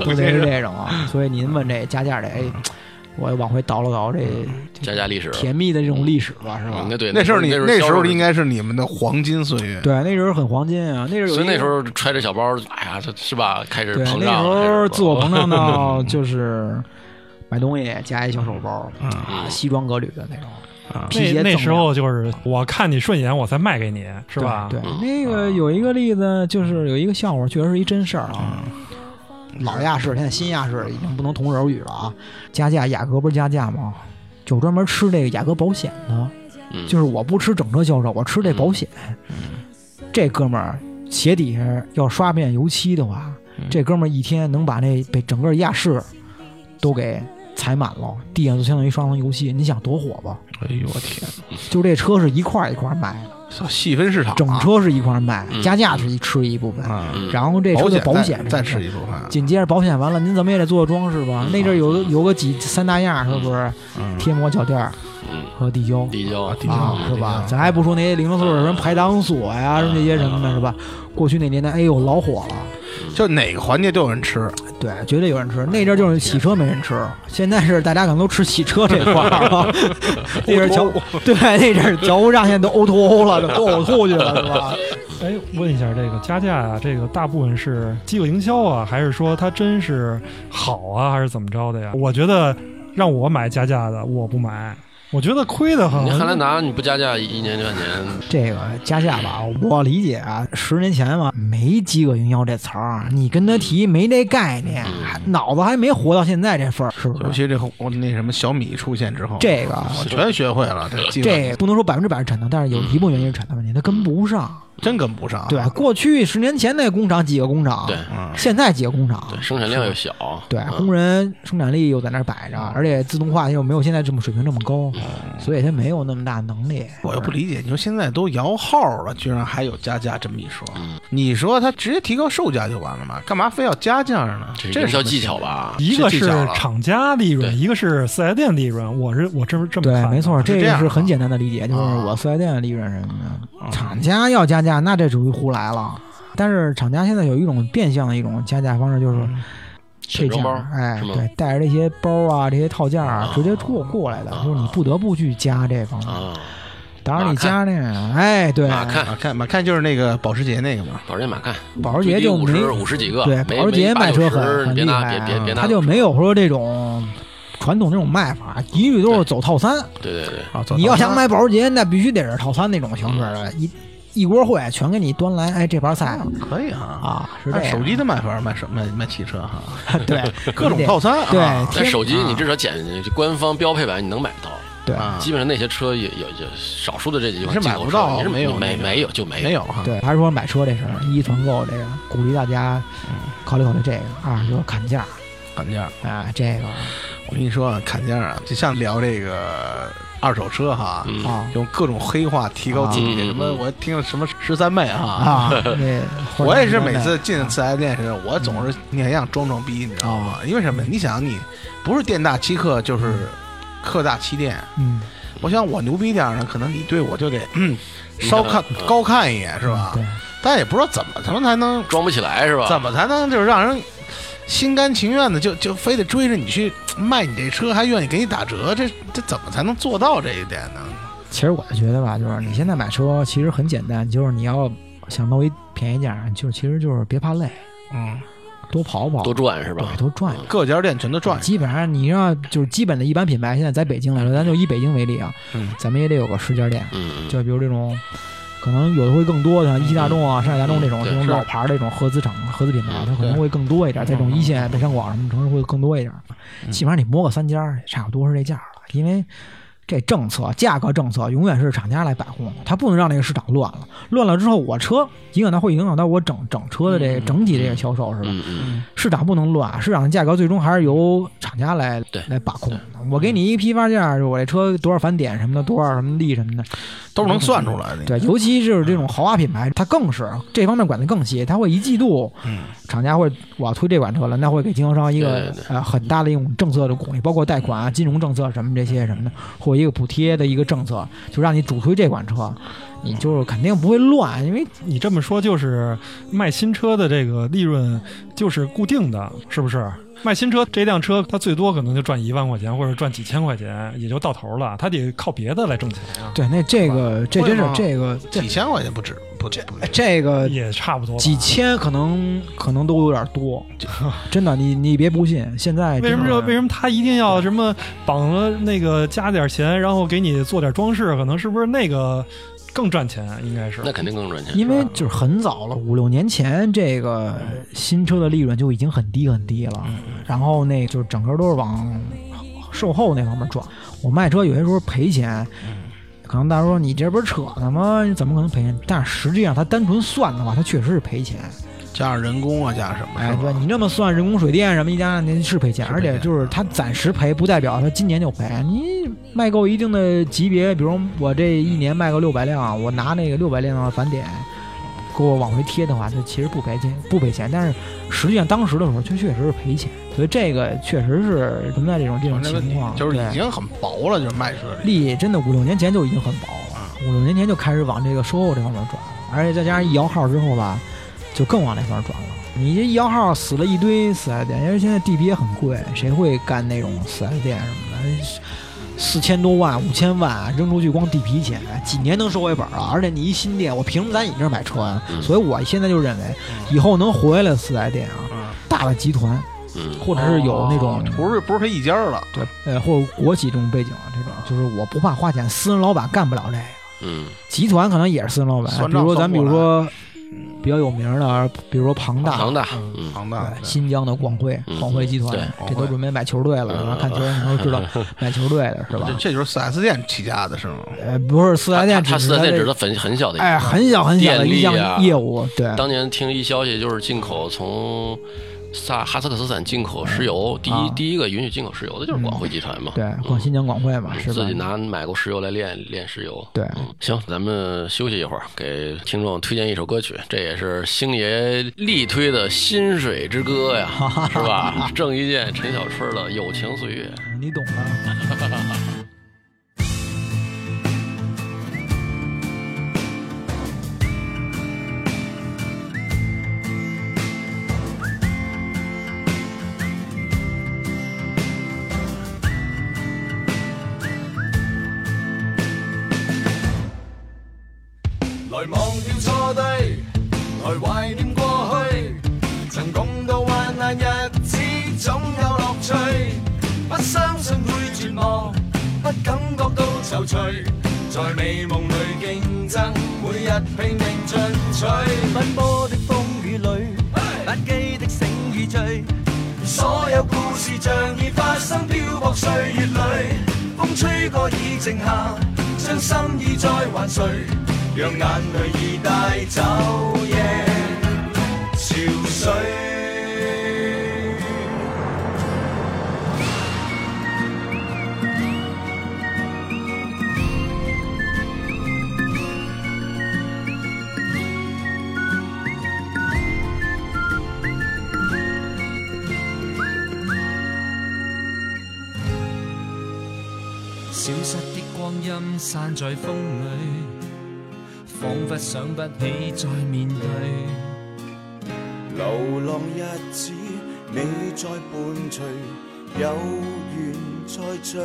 Speaker 2: 都得是这种啊。所以您问这加价这，哎，我往回倒了倒这
Speaker 1: 加嗯价历史，
Speaker 2: 甜蜜的这种历史吧，是吧
Speaker 1: 嗯，？那对，
Speaker 3: 那时候你那时候应
Speaker 1: 该，
Speaker 3: 该是你们的黄金岁月。
Speaker 2: 对，那时候很黄金啊，那时候有
Speaker 1: 所以
Speaker 2: 一
Speaker 1: 那
Speaker 2: 个
Speaker 1: 时候揣着小包，哎呀，这是吧？开始
Speaker 2: 对，
Speaker 1: 膨胀
Speaker 2: 那时
Speaker 1: 了，
Speaker 2: 候
Speaker 1: 开始
Speaker 2: 自我膨胀到
Speaker 1: *laughs*
Speaker 2: 就是买东西加一小手包，
Speaker 1: 嗯
Speaker 2: 啊，西装革履的那种，皮鞋
Speaker 4: 那那
Speaker 2: 锃
Speaker 4: 时
Speaker 2: 亮
Speaker 4: 候就是我看你顺眼，我才卖给你，是吧？
Speaker 2: 对，
Speaker 1: 嗯
Speaker 2: 对那
Speaker 1: 啊
Speaker 2: 个有一个例子，就是有一个笑话，确实是一真事儿啊。
Speaker 1: 嗯
Speaker 2: 老亚视现在新亚视已经不能同日而语了啊！加价，雅阁不是加价吗？就专门吃这个雅阁保险的，
Speaker 1: 嗯
Speaker 2: 就是我不吃整车销售，我吃这保险。这哥们儿鞋底下要刷遍油漆的话，这哥们儿一天能把那被整个亚视都给踩满了，地上就相当于刷层油漆。你想多火吧？
Speaker 3: 哎呦我天，
Speaker 2: 就这车是一块儿一块儿卖的，
Speaker 3: 操，细分市场啊，
Speaker 2: 整车是一块儿卖
Speaker 1: 嗯，
Speaker 2: 加价是一吃一部分，
Speaker 3: 啊，
Speaker 1: 嗯
Speaker 2: 然后这
Speaker 3: 保
Speaker 2: 车的
Speaker 3: 险
Speaker 2: 保
Speaker 3: 再
Speaker 2: 险
Speaker 3: 再
Speaker 2: 是
Speaker 3: 吃一部分啊，
Speaker 2: 紧接着保险完了，您怎么也得做个装饰吧？
Speaker 1: 嗯
Speaker 2: 那阵儿有有个几三大样，是不是？
Speaker 3: 嗯
Speaker 2: 贴膜、脚垫儿
Speaker 1: 嗯，
Speaker 2: 和地胶
Speaker 1: 地胶嗯
Speaker 3: 啊地胶
Speaker 2: 啊，是
Speaker 3: 地
Speaker 2: 吧
Speaker 3: 胶？
Speaker 2: 咱还不说那些零零碎碎的什么排挡锁呀，什么这些什么的，是吧？过去那年代，哎呦，老火了。
Speaker 3: 就哪个环节都有人吃，
Speaker 2: 对，绝对有人吃。那阵儿就是洗车没人吃，现在是大家可能都吃洗车这块儿了。 *laughs* 那阵儿
Speaker 3: 头
Speaker 2: 脚对，那阵儿脚无上限都 O to O 了，都都呕吐去了，是吧？
Speaker 4: 哎，问一下，这个加价啊，这个大部分是饥饿营销啊，还是说它真是好啊，还是怎么着的呀？我觉得让我买加价的，我不买，我觉得亏得
Speaker 2: 嗯
Speaker 4: 很。
Speaker 1: 你汉兰达你不加价一年两年，
Speaker 2: 这个加价吧，我理解啊，十年前嘛，没饥饿营销这词儿，啊你跟他提没这概念，还脑子还没活到现在这份儿，是
Speaker 3: 尤
Speaker 2: 不是？
Speaker 3: 其这后我那什么小米出现之后，
Speaker 2: 这个
Speaker 3: 我全学会了，这技
Speaker 2: 这
Speaker 3: 能
Speaker 2: 个不能说百分之百是产能，但是有一部分原因是产能问题，它跟不上。
Speaker 3: 真跟不上，啊
Speaker 2: 对，过去十年前那工厂几个工厂，
Speaker 1: 对
Speaker 3: 嗯，
Speaker 2: 现在几个工厂
Speaker 1: 对，生产量又小，
Speaker 2: 啊对，
Speaker 1: 嗯
Speaker 2: 工人生产力又在那儿摆着，而且自动化又没有现在这么水平这么高，所以它没有那么大能力。
Speaker 3: 我又不理解，你说现在都摇号了，居然还有加价这么一说？
Speaker 1: 嗯
Speaker 3: 你说他直接提高售价就完了嘛？干嘛非要加价呢？
Speaker 1: 这
Speaker 3: 这
Speaker 1: 营
Speaker 3: 是什
Speaker 1: 销
Speaker 3: 么
Speaker 1: 技巧
Speaker 3: 心理？
Speaker 1: 吧？
Speaker 4: 一个
Speaker 3: 是
Speaker 4: 是
Speaker 3: 计较了
Speaker 4: 厂家利润，
Speaker 1: 对
Speaker 4: 一个是四 S 店利润，我是我这么这
Speaker 2: 对
Speaker 4: 么看的，
Speaker 2: 没错，
Speaker 3: 是
Speaker 2: 这
Speaker 3: 这
Speaker 2: 个
Speaker 3: 样
Speaker 2: 是
Speaker 3: 的
Speaker 2: 很简单的理解，就是
Speaker 3: 啊
Speaker 2: 我四 S 店利润什么的，
Speaker 3: 嗯
Speaker 2: 厂家要加价，那这属于胡来了。但是厂家现在有一种变相的一种加价方式，就是
Speaker 3: 嗯
Speaker 1: *laughs*
Speaker 2: 配
Speaker 1: 选装
Speaker 2: 件
Speaker 1: 包
Speaker 2: 儿，哎
Speaker 1: 是，吗
Speaker 2: 对，带着这些包啊、这些套件啊
Speaker 1: 啊，
Speaker 2: 直接过过来的，就是你不得不去加这方面。
Speaker 1: 啊，
Speaker 2: 当然
Speaker 1: 马
Speaker 2: 你
Speaker 1: 看
Speaker 2: 加那个，哎，对，
Speaker 1: 马看
Speaker 3: 马看马看就是那个保时捷那个嘛，
Speaker 1: 保时捷马看，
Speaker 2: 保时捷就
Speaker 1: 五
Speaker 2: 没
Speaker 1: 十五十几个，
Speaker 2: 对，
Speaker 1: 没
Speaker 2: 保时捷卖车很很
Speaker 1: 别
Speaker 2: 厉
Speaker 1: 拿
Speaker 2: 害
Speaker 1: 别
Speaker 2: 啊
Speaker 1: 别别，拿，
Speaker 2: 他就没有说这种传统这种卖法，一律都是走套餐。
Speaker 1: 对对对，
Speaker 3: 啊，走
Speaker 2: 你要
Speaker 3: 到
Speaker 2: 想
Speaker 3: 他
Speaker 2: 买保时捷，那必须得是套餐那种形式的，一一锅烩全给你端来。哎，这盘菜
Speaker 3: 可以啊
Speaker 2: 啊，是这
Speaker 3: 按
Speaker 2: 样
Speaker 3: 手机的卖法卖什卖卖汽车哈，
Speaker 2: 对
Speaker 3: 各种套餐啊，
Speaker 2: 对
Speaker 1: 但
Speaker 2: 天
Speaker 1: 手机
Speaker 2: 啊
Speaker 1: 你至少捡官方标配版你能买到，
Speaker 2: 对
Speaker 3: 啊，
Speaker 1: 基本上那些车也有有少数的这几款
Speaker 3: 你是买不
Speaker 1: 进
Speaker 3: 到
Speaker 1: 口车
Speaker 3: 没
Speaker 1: 你
Speaker 3: 有
Speaker 1: 是没
Speaker 3: 那个
Speaker 1: 没有就没
Speaker 3: 没有哈，
Speaker 2: 对，还是说买车这事儿，一团购这个，鼓励大家考虑考虑这个，二就砍价
Speaker 3: 砍价。
Speaker 2: 啊，这个
Speaker 3: 我跟你说啊，砍价啊，就像聊这个二手车哈，
Speaker 1: 嗯
Speaker 2: 啊
Speaker 3: 用各种黑话提高自己
Speaker 1: 啊
Speaker 3: 什么，
Speaker 1: 嗯嗯嗯
Speaker 3: 我听了什么十三妹啊。
Speaker 2: 啊，这
Speaker 3: 我也是每次进四 S 店时，我总是念样装装逼，你知道
Speaker 1: 哦
Speaker 3: 吗？因为什么？你想，你不是店大欺客，
Speaker 1: 嗯
Speaker 3: 就是客大欺店。
Speaker 2: 嗯，
Speaker 3: 我想我牛逼点儿呢，可能你对我就得嗯稍看
Speaker 1: 嗯
Speaker 3: 高看一眼，是吧
Speaker 2: 对？
Speaker 3: 但也不知道怎么他们才能
Speaker 1: 装不起来是吧？
Speaker 3: 怎么才能就是让人心甘情愿的就就非得追着你去卖你这车，还愿意给你打折，这这怎么才能做到这一点呢？
Speaker 2: 其实我就觉得吧，就是你现在买车其实很简单，就是你要想到一便宜价，就是其实就是别怕累，
Speaker 3: 嗯，
Speaker 2: 多跑跑，
Speaker 1: 多赚是吧？
Speaker 2: 对，多转悠。
Speaker 3: 各家店全都赚，
Speaker 2: 基本上你让就是基本的一般品牌，现在在北京来说，咱就以北京为例啊，
Speaker 3: 嗯
Speaker 2: 咱们也得有个十家店，
Speaker 1: 嗯，嗯
Speaker 2: 就比如这种，可能有的会更多，像一汽大众啊、上海大众这种
Speaker 1: 嗯
Speaker 2: 这
Speaker 1: 对
Speaker 2: 种
Speaker 1: 是嗯
Speaker 2: 老牌儿这种合资厂、合资品牌，它可能
Speaker 3: 对
Speaker 2: 会更多一点，在这种一线北上广什么城市会更多一点。
Speaker 1: 嗯
Speaker 2: 起码你摸个三家儿，差不多是这价儿了，因为。这政策、价格政策永远是厂家来把控的，它不能让这个市场乱了。乱了之后，我车影响到会影响到我整整车的这个整体这个销售，是吧？
Speaker 1: 嗯嗯，
Speaker 2: 市场不能乱，市场的价格最终还是由厂家来
Speaker 1: 对
Speaker 2: 来把控的。我给你一批发价，我这车多少返点什么的，多少什么利什么的，
Speaker 3: 都是能算出来的。
Speaker 2: 对，尤其就是这种豪华品牌，它更是这方面管得更细，它会一季度，
Speaker 3: 嗯
Speaker 2: 厂家会我要推这款车了，那会给经销商一
Speaker 1: 对
Speaker 2: 个
Speaker 1: 对
Speaker 2: 呃很大的一种政策的鼓励，包括贷款啊、金融政策什么这些什么的，或一个补贴的一个政策，就让你主推这款车，你就是肯定不会乱，因为
Speaker 4: 你这么说就是卖新车的这个利润就是固定的，是不是？卖新车这辆车，它最多可能就赚一万块钱，或者赚几千块钱，也就到头了。它得靠别的来挣钱啊，
Speaker 2: 对那这个这真是这个这
Speaker 3: 几千块钱不止，不止，不止
Speaker 2: 这哎个
Speaker 4: 也差不多吧。
Speaker 2: 几千可能可能都有点多，真的，你你别不信，现在
Speaker 4: 为什么
Speaker 2: 这
Speaker 4: 这为什么他一定要什么绑了那个加点钱，然后给你做点装饰？可能是不是那个更赚钱？应该是
Speaker 1: 那肯定更赚钱。
Speaker 2: 因为就是很早了，五六年前这个新车的利润就已经很低很低了，然后那就是整个都是往售后那方面转。我卖车有些时候赔钱，可能大家说你这不是扯呢吗？你怎么可能赔钱？但是实际上他单纯算的话，他确实是赔钱。
Speaker 3: 加上人工啊，加上什么？
Speaker 2: 哎，
Speaker 3: 是吧
Speaker 2: 对你这么算，人工水电什么一加上您是赔钱，
Speaker 3: 是赔啊
Speaker 2: 而且就是他暂时赔，不代表他今年就赔。你卖够一定的级别，比如我这
Speaker 3: 嗯
Speaker 2: 一年卖个六百辆，我拿那个六百辆的返点给我往回贴的话，这其实不赔钱，不赔钱。但是实际上当时的时候，确确实是赔钱，所以这个确实是存在这种这种
Speaker 3: 反正
Speaker 2: 情况，
Speaker 3: 就是
Speaker 2: 对
Speaker 3: 已经很薄了，就是卖车这。
Speaker 2: 力真的五六年前就已经很薄了，五六年前就开始往这个售后这方面转了，而且再加上一摇号之后吧，就更往那方面转了。你这一摇号死了一堆四 S 店，因为现在地皮也很贵，谁会干那种四 S 店什么的？四千多万、五千万扔出去光地皮钱，几年能收回本儿啊？而且你一新店，我凭什么在你这儿买车呀、
Speaker 1: 嗯
Speaker 2: 所以我现在就认为，以后能活下来的四 S 店啊，
Speaker 3: 嗯，
Speaker 2: 大的集团
Speaker 1: 嗯，
Speaker 2: 或者是有那种、
Speaker 3: 哦不是不是他一家了，
Speaker 2: 对，呃，或者国企这种背景啊，这种就是我不怕花钱，私人老板干不了这个。
Speaker 1: 嗯，
Speaker 2: 集团可能也是私人老板，
Speaker 3: 算
Speaker 2: 比如
Speaker 3: 账
Speaker 2: 说咱
Speaker 3: 算
Speaker 2: 比
Speaker 3: 不
Speaker 2: 如
Speaker 3: 过
Speaker 2: 说比较有名的，啊比如说庞大，
Speaker 1: 庞大，
Speaker 3: 嗯
Speaker 1: 嗯
Speaker 3: 庞大
Speaker 2: 对，新疆的广汇，
Speaker 1: 嗯
Speaker 2: 广汇集团
Speaker 1: 对，
Speaker 2: 这都准备买球队了，是吧？
Speaker 1: 嗯
Speaker 2: 看球的时候知道买球队的是吧
Speaker 3: 这？这就是四 S 店起家的是吗？
Speaker 2: 呃，不是四 S 店，
Speaker 1: 嗯他四 S
Speaker 2: 它
Speaker 1: 店只
Speaker 2: 这
Speaker 1: 是它很很小的一个。
Speaker 2: 哎，很小很小的一
Speaker 1: 电力啊
Speaker 2: 项业务，对，
Speaker 1: 当年听一消息，就是进口从萨哈萨克斯坦进口石油，第一
Speaker 2: 啊嗯
Speaker 1: 第一个允许进口石油的就是广汇集团嘛。嗯
Speaker 2: 对，广新疆广汇嘛，是吧
Speaker 1: 自己？拿买过石油来炼炼石油。
Speaker 2: 对
Speaker 1: 嗯，行，咱们休息一会儿，给听众推荐一首歌曲，这也是星爷力推的《薪水之歌》呀，
Speaker 2: *laughs*
Speaker 1: 是吧？郑伊健、陈小春的《友情岁月》。
Speaker 2: 你懂的。
Speaker 5: 来忘掉错对，来怀念過去。曾共度患難日子，總有樂趣。不相信會絕望，不感覺到愁趣。在美夢裏競爭，每日拼命進取。
Speaker 6: 奔波的風雨裏，不羈的醒與醉，
Speaker 5: 所有故事像已發生，漂泊歲月裏。風吹過已靜下，將心意再還誰？讓眼淚已帶走夜潮水。
Speaker 6: 消失的光陰散在風裏，彷彿想不起再面對。
Speaker 5: 流浪日子，你在伴隨，有緣再聚。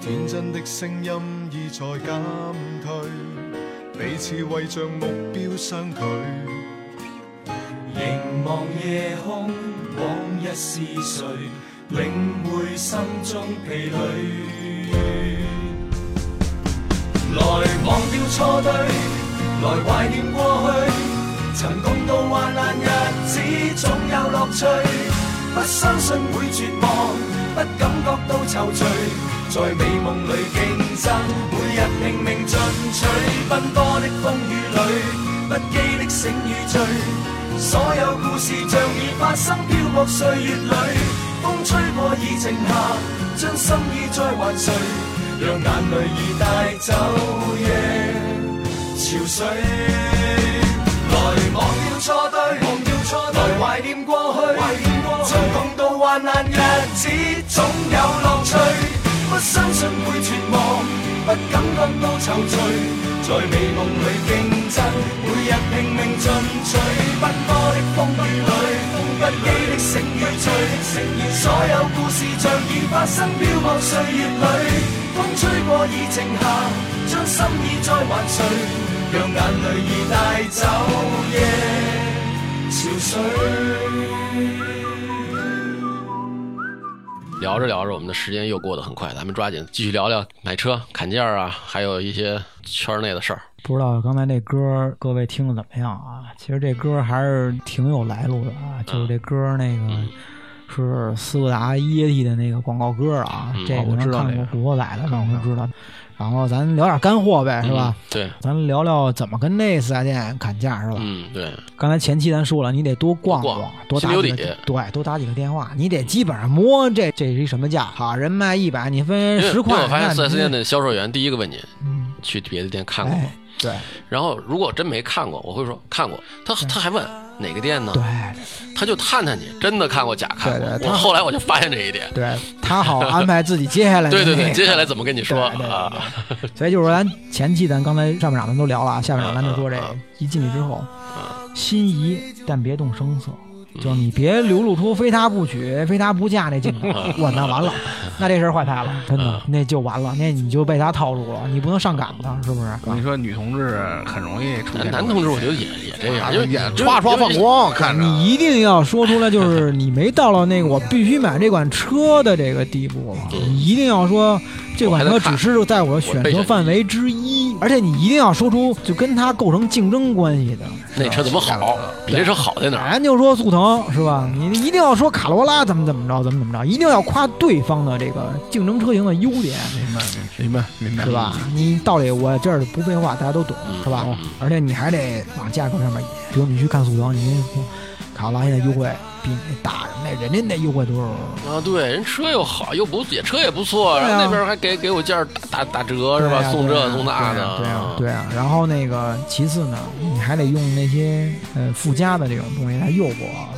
Speaker 5: 天真的聲音已在減退，彼此為像目標相距。凝望夜空，往日是誰？領會心中疲累。來忘掉錯對，來懷念過去。曾共度患難日子，總有樂趣。不相信會絕望，不感覺到愁緒。在美夢裏競爭，每日拼命進取。奔波的風雨裏，不羈的醒與醉。所有故事像已發生，漂泊歲月裏。風吹過已靜下，將心意再還誰？让眼淚已帶走夜潮水。來忘掉錯對，忘掉錯對，來懷念過去，懷念過去，曾共度患難日子，總有樂趣。不相信會絕望，不感覺到愁緒，在美夢裏競爭，每日拼命進取，奔波的風雨裏，不羈的醒與醉，所有故事像已發生，飄泊歲月裏。風吹過已靜下，將心意再還誰？讓眼淚已帶走夜潮水。
Speaker 1: 聊着聊着，我们的时间又过得很快，咱们抓紧继续聊聊买车、砍价啊，还有一些圈内的事儿。
Speaker 2: 不知道刚才那歌儿各位听的
Speaker 1: 嗯
Speaker 2: 怎么样啊？其实这歌儿还是挺有来路的啊，就是这歌儿那个是斯柯达 EAT 的那个广告歌啊
Speaker 1: 嗯，
Speaker 2: 这
Speaker 3: 哦我
Speaker 2: 能
Speaker 3: 知道
Speaker 2: 看
Speaker 3: 这
Speaker 2: 过《
Speaker 3: 个
Speaker 2: 古惑仔》的可能知道。然后咱聊点干货呗，是吧？
Speaker 1: 嗯？对，
Speaker 2: 咱聊聊怎么跟那四 S 店砍价，是吧？
Speaker 1: 嗯对，
Speaker 2: 刚才前期咱说了，你得多逛
Speaker 1: 多逛
Speaker 2: 多打几
Speaker 1: 心
Speaker 2: 个
Speaker 1: 里有底
Speaker 2: 对，多打几个电话，你得基本上摸这这是一什么价哈，人卖一百，你分
Speaker 1: 因为
Speaker 2: 十
Speaker 1: 因为
Speaker 2: 块，
Speaker 1: 我发现
Speaker 2: 那
Speaker 1: 四 S
Speaker 2: 你
Speaker 1: 店的销售员第一个问你
Speaker 2: 嗯，
Speaker 1: 去别的店看过吗
Speaker 2: 哎，，对
Speaker 1: 然后如果真没看过，我会说看过，他他还问哪个店呢？
Speaker 2: 对
Speaker 1: 他就探探你真的看过假看
Speaker 2: 对对
Speaker 1: 过。
Speaker 2: 他
Speaker 1: 我后来我就发现这一点，
Speaker 2: 对，他好安排自己接下来的
Speaker 1: 对对对，
Speaker 2: 那
Speaker 1: 接
Speaker 2: 个
Speaker 1: 下来怎么跟你说
Speaker 2: 对对对
Speaker 1: 啊？
Speaker 2: 所以就是说咱前期咱刚才上半场咱都聊了啊，下啊半场咱就说这
Speaker 1: 嗯嗯
Speaker 2: 一进去之后，心仪但别动声色。就是你别流露出非他不娶、非他不嫁那劲头，哇，那 *laughs* 完了，那这事儿坏大了，真的，那就完了，那你就被他套路了，你不能上赶他，是不是？
Speaker 3: 你说女同志很容易出
Speaker 1: 男
Speaker 3: 现哎
Speaker 1: 男同志我觉得也也这
Speaker 2: 啊
Speaker 1: 样，因为
Speaker 3: 也
Speaker 1: 因为
Speaker 3: 刷刷放光，啊看着
Speaker 2: 你一定要说出来，就是你没到了那个我必须买这款车的这个地步了。你一定要说这款车只是在我选择范围之一，而且你一定要说出就跟它构成竞争关系的。
Speaker 1: 那车怎么好，
Speaker 2: 嗯
Speaker 1: 比这车好在哪儿？
Speaker 2: 咱就说速腾是吧？你一定要说卡罗拉怎么怎么着，怎么怎么着，一定要夸对方的这个竞争车型的优点。
Speaker 3: 明白明白
Speaker 2: 是吧？？你道理我这儿不废话，大家都懂，
Speaker 1: 嗯
Speaker 2: 是吧
Speaker 1: 嗯？
Speaker 2: 而且你还得往价格上面引，比如你去看速腾，你卡罗拉现在优惠比你大，那人家那优惠多少？
Speaker 1: 啊，对，人车又好，又不也车也不错，然
Speaker 2: 对
Speaker 1: 后
Speaker 2: 啊
Speaker 1: 那边还给给我件儿打打打折是
Speaker 2: 对
Speaker 1: 吧？
Speaker 2: 啊
Speaker 1: 送
Speaker 2: 对啊
Speaker 1: 这送那
Speaker 2: 对啊对啊
Speaker 1: 的，，
Speaker 2: 对啊。然后那个其次呢，你还得用那些呃附加的这种东西来诱惑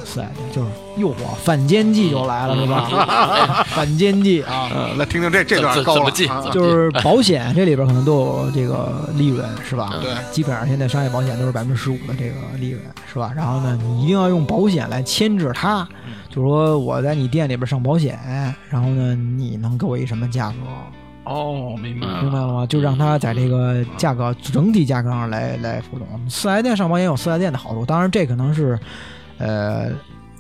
Speaker 2: 四 S 店，就是诱惑反间计就来了，
Speaker 1: *laughs*
Speaker 2: 是吧？反间计啊。
Speaker 3: 嗯，来听听这这
Speaker 1: 怎
Speaker 3: 段
Speaker 1: 怎
Speaker 3: 高
Speaker 1: 怎
Speaker 3: 了
Speaker 1: 么进？
Speaker 3: 啊
Speaker 1: 怎么
Speaker 2: 就
Speaker 1: 进
Speaker 2: 是保险这里边可能都有这个利润，是吧？
Speaker 1: 嗯
Speaker 3: 对
Speaker 2: 基本上现在商业保险都是百分之十五的这个利润，是吧？然后呢，你一定要用保险来牵制它，
Speaker 1: 嗯
Speaker 2: 就说我在你店里边上保险，然后呢，你能给我一什么价格，
Speaker 3: 哦，明白
Speaker 1: 嗯
Speaker 2: 明白了吗？就让它在这个价格整体价格上来来浮动。四 S 店上保险有四 S 店的好处，当然这可能是，呃。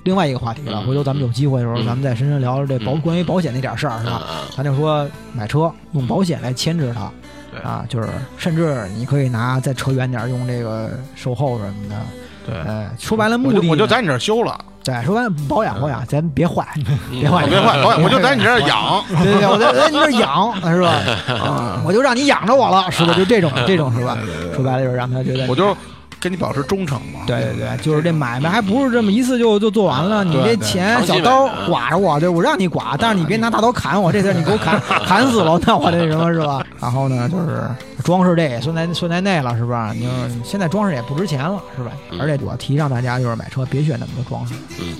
Speaker 2: 另外一个话题了，
Speaker 1: 嗯
Speaker 2: 回头咱们有机会的时候，
Speaker 1: 嗯
Speaker 2: 咱们再深深聊聊这保
Speaker 1: 嗯
Speaker 2: 关于保险那点事儿，是吧？
Speaker 1: 啊
Speaker 2: 咱就说买车用保险来牵制它，
Speaker 3: 对
Speaker 2: 啊，就是甚至你可以拿再扯远点儿，用这个售后什么的，
Speaker 3: 对。
Speaker 2: 呃，说白了目
Speaker 3: 我
Speaker 2: 的
Speaker 3: 就
Speaker 2: 呢
Speaker 3: 我就嗯在你这儿修了，
Speaker 2: 对，说白了保养保养，咱别坏， *laughs*
Speaker 1: 嗯
Speaker 2: 别坏，
Speaker 3: 别坏，我我就在你这儿养，
Speaker 2: 对对对，我在在你这儿养是
Speaker 3: *laughs*
Speaker 2: 吧？啊我就让你养着我了，是吧？就这种这种是吧？说白了就是让他觉得
Speaker 3: 我。就跟你保持忠诚嘛。
Speaker 2: 对对对，就是这买卖还不是这么一次就就做完了，你这
Speaker 3: 对对
Speaker 2: 钱
Speaker 1: 长期
Speaker 2: 小
Speaker 1: 买
Speaker 2: 刀
Speaker 1: 卖啊
Speaker 2: 刮着我，对我让你刮，但是你别拿大刀砍我，这事儿你给我
Speaker 1: *laughs*
Speaker 2: 砍砍死了，那我这什么是吧？然后呢，就是装饰这也算在算在内了，是吧？你就是现在装饰也不值钱了，是吧？
Speaker 1: 嗯
Speaker 2: 而且我提倡大家就是买车别选那么多装饰，
Speaker 1: 嗯，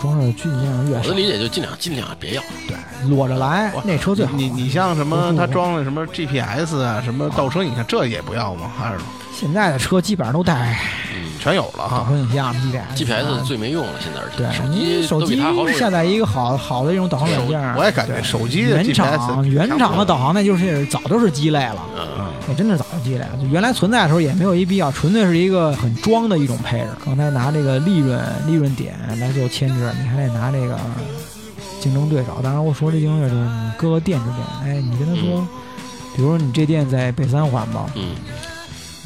Speaker 2: 装饰尽量越
Speaker 1: 我
Speaker 2: 少
Speaker 1: 的，理解就尽量尽量别要，
Speaker 2: 对，裸着来那车最好。
Speaker 3: 你你像什
Speaker 2: 不
Speaker 3: 么
Speaker 2: 不，不
Speaker 3: 他装了什么 GPS 啊，什么倒车影像，这也不要吗？还是
Speaker 2: 现在的车基本上都带
Speaker 1: 嗯
Speaker 3: 全有了
Speaker 2: 导
Speaker 1: 啊
Speaker 3: 哈。
Speaker 2: 航影像、GPS、啊
Speaker 1: GPS 最没用了，现在
Speaker 2: 对
Speaker 1: 是
Speaker 2: 你
Speaker 1: 手
Speaker 2: 手
Speaker 1: 都比
Speaker 2: 机
Speaker 1: 它好使。
Speaker 2: 下载一个好好的这种导航软件儿，
Speaker 3: 我也感觉手机的
Speaker 2: 原
Speaker 3: GPS
Speaker 2: 厂原厂的导航那就是早就是鸡肋了，
Speaker 1: 嗯，
Speaker 2: 那真的早就鸡肋了。就原来存在的时候也没有一必要，纯粹是一个很装的一种配置。刚才拿这个利润利润点来做牵制，你还得拿这个竞争对手。当然我说这竞争对手就是你各个店之间，哎，你跟他说，
Speaker 3: 嗯
Speaker 2: 比如说你这店在北三环吧，
Speaker 1: 嗯，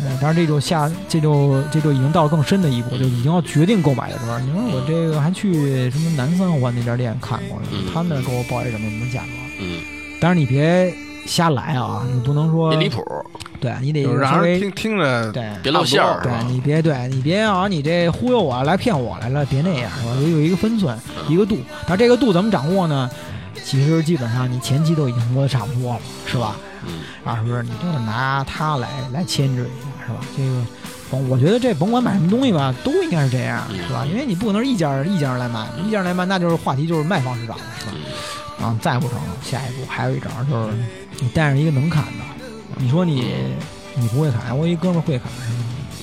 Speaker 2: 嗯，当然这就下这就这就已经到了更深的一步，就已经要决定购买的时候。你说我这个还去什么南三环那家店看过，
Speaker 1: 嗯
Speaker 2: 他们那儿给我报一什么什么价格。
Speaker 1: 嗯，
Speaker 2: 当然你别瞎来啊，你不能说
Speaker 1: 别离谱，
Speaker 2: 对你得
Speaker 3: 就是
Speaker 2: 稍
Speaker 3: 让
Speaker 2: 微
Speaker 3: 人听听着
Speaker 2: 对
Speaker 1: 别露馅儿，是
Speaker 2: 对
Speaker 3: 啊
Speaker 1: 吧？
Speaker 2: 你别对你别啊，你这忽悠我来骗我来了，别那样，我有一个分寸，
Speaker 1: 嗯
Speaker 2: 一个度。但这个度怎么掌握呢？其实基本上你前期都已经摸得差不多了，是吧？
Speaker 1: 嗯，
Speaker 2: 啊，是不是？你就是拿它来来牵制一下，是吧？这个，甭我觉得这甭管买什么东西吧，都应该是这样，
Speaker 1: 嗯
Speaker 2: 是吧？因为你不可能一家儿一家儿来卖，一家儿来卖，那就是话题就是卖方市场了，是吧？
Speaker 1: 嗯
Speaker 2: 啊，再不成，下一步还有一招就是你带上一个能砍的，你说你你不会砍，我一哥们儿会砍，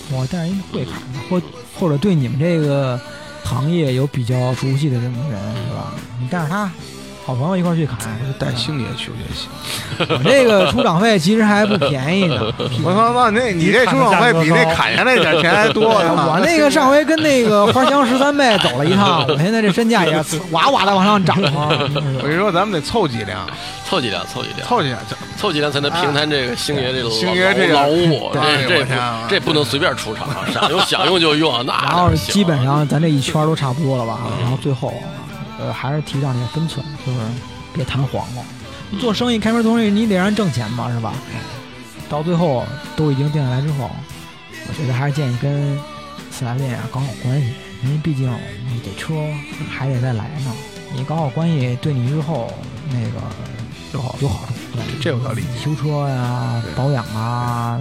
Speaker 2: 是吧我带上一个会砍的，或或者对你们这个行业有比较熟悉的这种人，是吧？你带着他。好朋友一块儿去砍，
Speaker 3: 带星爷去也行。
Speaker 2: 我 *laughs* 这个出场费其实还不便 *laughs* 宜呢。便宜
Speaker 3: 我操，那那你这出场费比那砍下来点钱还多呀！
Speaker 2: *laughs* 我那个上回跟那个花香十三妹走了一 *laughs* 趟，我现在这身价也哇哇的往上涨啊！ *laughs*
Speaker 3: 我跟你说，咱们得凑几辆，
Speaker 1: 凑几辆，凑几辆，
Speaker 3: 凑几辆，
Speaker 1: 凑几辆才能平摊这个星爷这老
Speaker 3: 啊星爷这个
Speaker 1: 老五，
Speaker 3: 对
Speaker 1: 这
Speaker 3: 我
Speaker 1: 这
Speaker 3: 天啊
Speaker 1: 不这不能随便出场啊，想用想用就用啊，那
Speaker 2: 然后
Speaker 1: 哪行啊
Speaker 2: 嗯基本上咱这一圈都差不多了吧？然后最后啊呃，还是提倡这个分寸，就是别谈黄瓜。做生意开门做生意，你得让人挣钱嘛，是吧？到最后都已经定下来之后，我觉得还是建议跟四 S 店啊搞好关系，因为毕竟你这车还得再来呢。你搞好关系，对你日后那个有好有好处。对
Speaker 3: 这有道理
Speaker 2: 你修车呀、保养啊，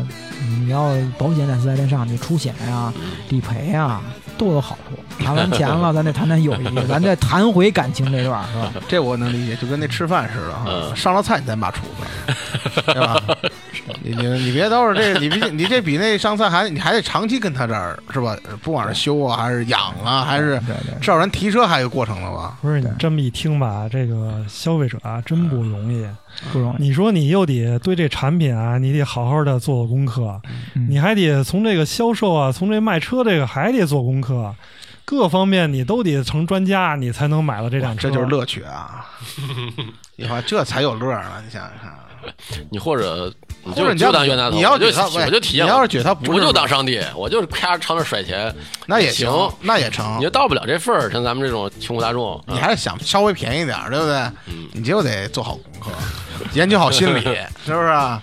Speaker 2: 你要保险在四 S 店上去出险呀、
Speaker 3: 嗯
Speaker 2: 理赔啊，都有好
Speaker 3: *laughs*
Speaker 2: 处。谈完钱了，咱再谈谈友谊，咱再谈回感情这段儿，是吧？
Speaker 3: *laughs* 这我能理解，就跟那吃饭似的啊，
Speaker 1: 嗯
Speaker 3: 上了菜你再骂厨子，对吧？你你你别都是这，你比你这比那上菜还你还得长期跟他这儿是吧？不管是修啊，还是养啊，还是
Speaker 2: 对对
Speaker 3: 至少咱提车还有过程了吧？
Speaker 4: 不是你
Speaker 2: 对
Speaker 4: 这么一听吧，这个消费者啊真不容易。
Speaker 2: 不容
Speaker 3: 哎
Speaker 2: 易。
Speaker 4: 你说你又得对这产品啊，你得好好的做做功课，
Speaker 2: 嗯
Speaker 4: 你还得从这个销售啊，从这卖车这个还得做功课，各方面你都得成专家，你才能买了这辆车。
Speaker 3: 这就是乐趣
Speaker 1: *laughs*
Speaker 3: 啊！你看这才有乐儿呢，你想想看。
Speaker 1: 你或者你
Speaker 3: 或者
Speaker 1: 就
Speaker 3: 你要
Speaker 1: 就当冤大头，
Speaker 3: 你要
Speaker 1: 我就
Speaker 3: 觉得他喂
Speaker 1: 我就体验
Speaker 3: 你
Speaker 1: 过，
Speaker 3: 要是觉得他不是
Speaker 1: 我就当上帝，我就是啪朝那甩钱，
Speaker 3: 那也
Speaker 1: 行，
Speaker 3: 那也成
Speaker 1: 你就。到不了这份儿，像咱们这种穷苦大众，
Speaker 3: 啊
Speaker 1: 嗯
Speaker 3: 你还是想稍微便宜点儿，对不对？你就得做好功课，研究好心理，
Speaker 1: *laughs*
Speaker 3: 是不是啊？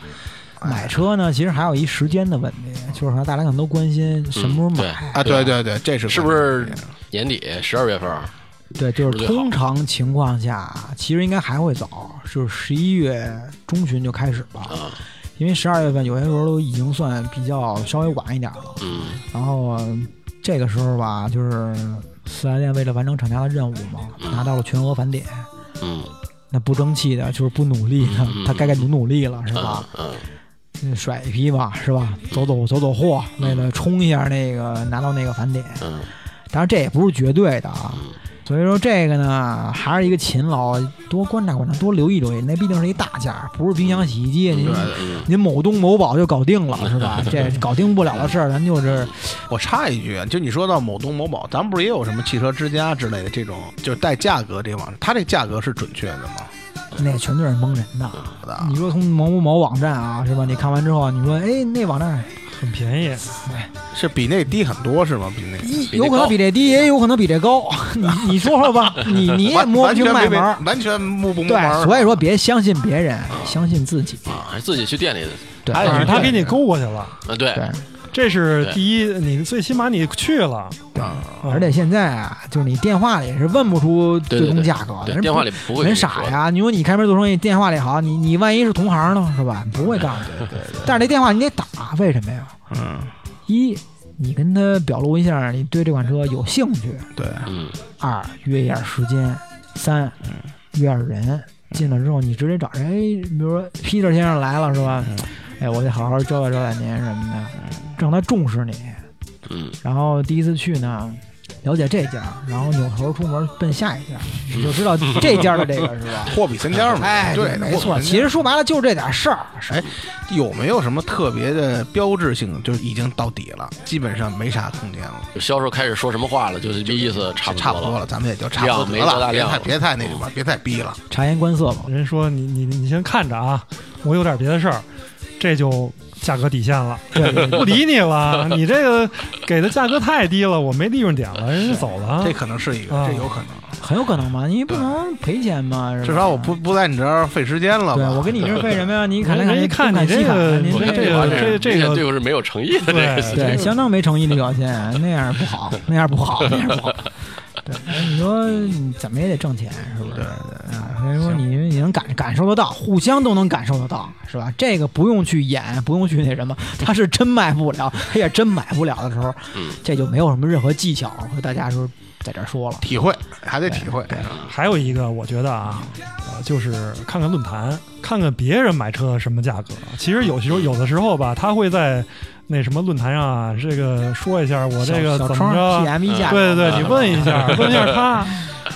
Speaker 2: 买车呢，其实还有一时间的问题，就是说大家可能都关心什么时候买，
Speaker 3: 啊，对对对，这是
Speaker 1: 是不是年底十二月份儿？
Speaker 2: 对，就
Speaker 1: 不
Speaker 2: 是
Speaker 1: 是最好
Speaker 2: 通常情况下，其实应该还会早，就是十一月中旬就开始了，
Speaker 1: 啊，
Speaker 2: 因为十二月份有些时候都已经算比较稍微晚一点了。
Speaker 1: 嗯
Speaker 2: 然后嗯这个时候吧，就是四 S 店为了完成厂家的任务嘛，拿到了全额返点。
Speaker 1: 嗯
Speaker 2: 那不争气的，就是不努力的
Speaker 1: 嗯，
Speaker 2: 他该该努努力了，是吧
Speaker 1: 嗯？嗯，
Speaker 2: 嗯甩一批吧，是吧？走走走走货，为了冲一下那个拿到那个返点。
Speaker 1: 嗯，
Speaker 2: 当然这也不是绝对的啊。所以说这个呢，还是一个勤劳，多观察观察，多留意留意。那毕竟是一大家，不是冰箱、洗衣机，您
Speaker 3: 对
Speaker 1: 嗯
Speaker 2: 您某东某宝就搞定了，是
Speaker 3: *laughs*
Speaker 2: 吧？这搞定不了的事儿，咱就是
Speaker 3: 我插一句，啊就你说到某东某宝，咱们不是也有什么汽车之家之类的这种，就是带价格这网，它这价格是准确的吗？
Speaker 2: 那全都是蒙人的。
Speaker 3: 好的啊
Speaker 2: 你说从某某某网站啊，是吧？你看完之后，你说哎，那网站
Speaker 4: 很便宜，
Speaker 3: 是比那低很多是吗？比那
Speaker 2: 一
Speaker 1: 比这
Speaker 2: 有可能比这低，也有可能比这高。
Speaker 3: *laughs*
Speaker 2: 你你说说吧，你你也
Speaker 3: 完
Speaker 2: 摸不
Speaker 3: 完全
Speaker 2: 清
Speaker 3: 没
Speaker 2: 脉门儿。
Speaker 3: 完全摸不摸门
Speaker 2: 对，
Speaker 3: 儿。
Speaker 2: 所以说别相信别人，相信自己。
Speaker 1: 啊，还自己去店里，
Speaker 2: 对，
Speaker 3: 还有
Speaker 4: 反
Speaker 3: 是
Speaker 4: 正他给你勾过去了。
Speaker 1: 啊，对，
Speaker 2: 对，
Speaker 4: 这是第一，你最起码你去了，
Speaker 3: 啊
Speaker 4: 嗯
Speaker 2: 而且现在啊，就是你电话里是问不出
Speaker 1: 对
Speaker 2: 最
Speaker 1: 对
Speaker 2: 终
Speaker 1: 对
Speaker 2: 价格的，
Speaker 1: 对
Speaker 2: 人
Speaker 1: 电话
Speaker 2: 不
Speaker 1: 里不会跟
Speaker 2: 人
Speaker 1: 你
Speaker 2: 傻
Speaker 1: 说，
Speaker 2: 呀。你说你开门做生意，电话里好，你你万一是同行呢，是吧？不会告
Speaker 1: 嗯
Speaker 2: 诉你。但是这电话你得打，为什么呀？
Speaker 3: 嗯，
Speaker 2: 一，你跟他表露一下你对这款车有兴趣；
Speaker 3: 对，
Speaker 1: 嗯
Speaker 2: 二，约一下时间；三，约点
Speaker 1: 嗯
Speaker 2: 人。进了之后，你直接找人，哎，比如说 Peter 先生来了，是
Speaker 1: 嗯
Speaker 2: 吧？哎，我得好好招待招待您什么的，让他重视你。
Speaker 1: 嗯
Speaker 2: 然后第一次去呢，了解这家，然后扭头出门奔下一家，你就知道这家的这个是吧？
Speaker 3: 货比三家嘛。
Speaker 2: 哎，
Speaker 3: 对，
Speaker 2: 没
Speaker 3: 货
Speaker 2: 错。
Speaker 3: 比三家
Speaker 2: 其实说白了就是这点事儿，是
Speaker 3: 哎，有没有什么特别的标志性的？就是已经到底了，基本上没啥空间了，
Speaker 1: 就销售开始说什么话了，就是这意思差
Speaker 3: 差
Speaker 1: 不
Speaker 3: 不
Speaker 1: 多
Speaker 3: 多
Speaker 1: 了，
Speaker 3: 了，咱们也就差不
Speaker 1: 量
Speaker 3: 多
Speaker 1: 没
Speaker 3: 得
Speaker 1: 多
Speaker 3: 了，
Speaker 1: 大
Speaker 3: 别
Speaker 1: 量
Speaker 3: 太
Speaker 1: 了
Speaker 3: 别太那什么，别太逼了。
Speaker 2: 察言观色
Speaker 3: *laughs*
Speaker 2: 嘛。
Speaker 4: 嗯人说你你你先看着啊，我有点别的事儿，这就价格底线了，
Speaker 2: 对对
Speaker 4: 不理你了，你这个给的价格太低了，我没利润点了，人家走了啊
Speaker 3: 这。可能是一个，
Speaker 4: 啊
Speaker 3: 这有可能。
Speaker 2: 很有可能嘛，你不能赔钱嘛。是吧
Speaker 3: 至少我不。不在你这儿费时间了
Speaker 2: 嗯对，
Speaker 3: 吧？
Speaker 2: 我跟你这是费什么呀？你砍来砍
Speaker 4: 人
Speaker 2: 去，
Speaker 4: 一看
Speaker 2: 东
Speaker 4: 你
Speaker 2: 西
Speaker 4: 这
Speaker 2: 砍
Speaker 4: 个
Speaker 2: 您
Speaker 1: 我看
Speaker 4: 这
Speaker 1: 这
Speaker 4: 个
Speaker 1: 玩意儿
Speaker 4: 这这个
Speaker 1: 明显对我是没有诚意的，这个
Speaker 3: 哎
Speaker 4: 对
Speaker 2: 对，相当没诚意的
Speaker 3: *laughs*
Speaker 2: 表现，那样不好，那样不好，那样不好。对，你说你怎么也得挣钱，是不是？
Speaker 3: 对
Speaker 2: 啊，所以说你你能感感受得到，互相都能感受得到，是吧？这个不用去演，不用去那什
Speaker 3: *laughs*
Speaker 2: 么，他是真卖不了，他也真买不了的时候，
Speaker 1: 嗯
Speaker 2: 这就没有什么任何技巧和大家说在这儿说了。
Speaker 3: 体会还得体会。啊
Speaker 4: 还有一个，我觉得啊，呃，就是看看论坛，看看别人买车什么价格。其实有时候有的时候吧，他会在那什么论坛上啊，这个说一下我这个
Speaker 2: 小
Speaker 4: 怎
Speaker 2: 小窗 E
Speaker 4: 么着，啊
Speaker 2: PM 一下，嗯
Speaker 4: 对对对，你问一下，问一下他。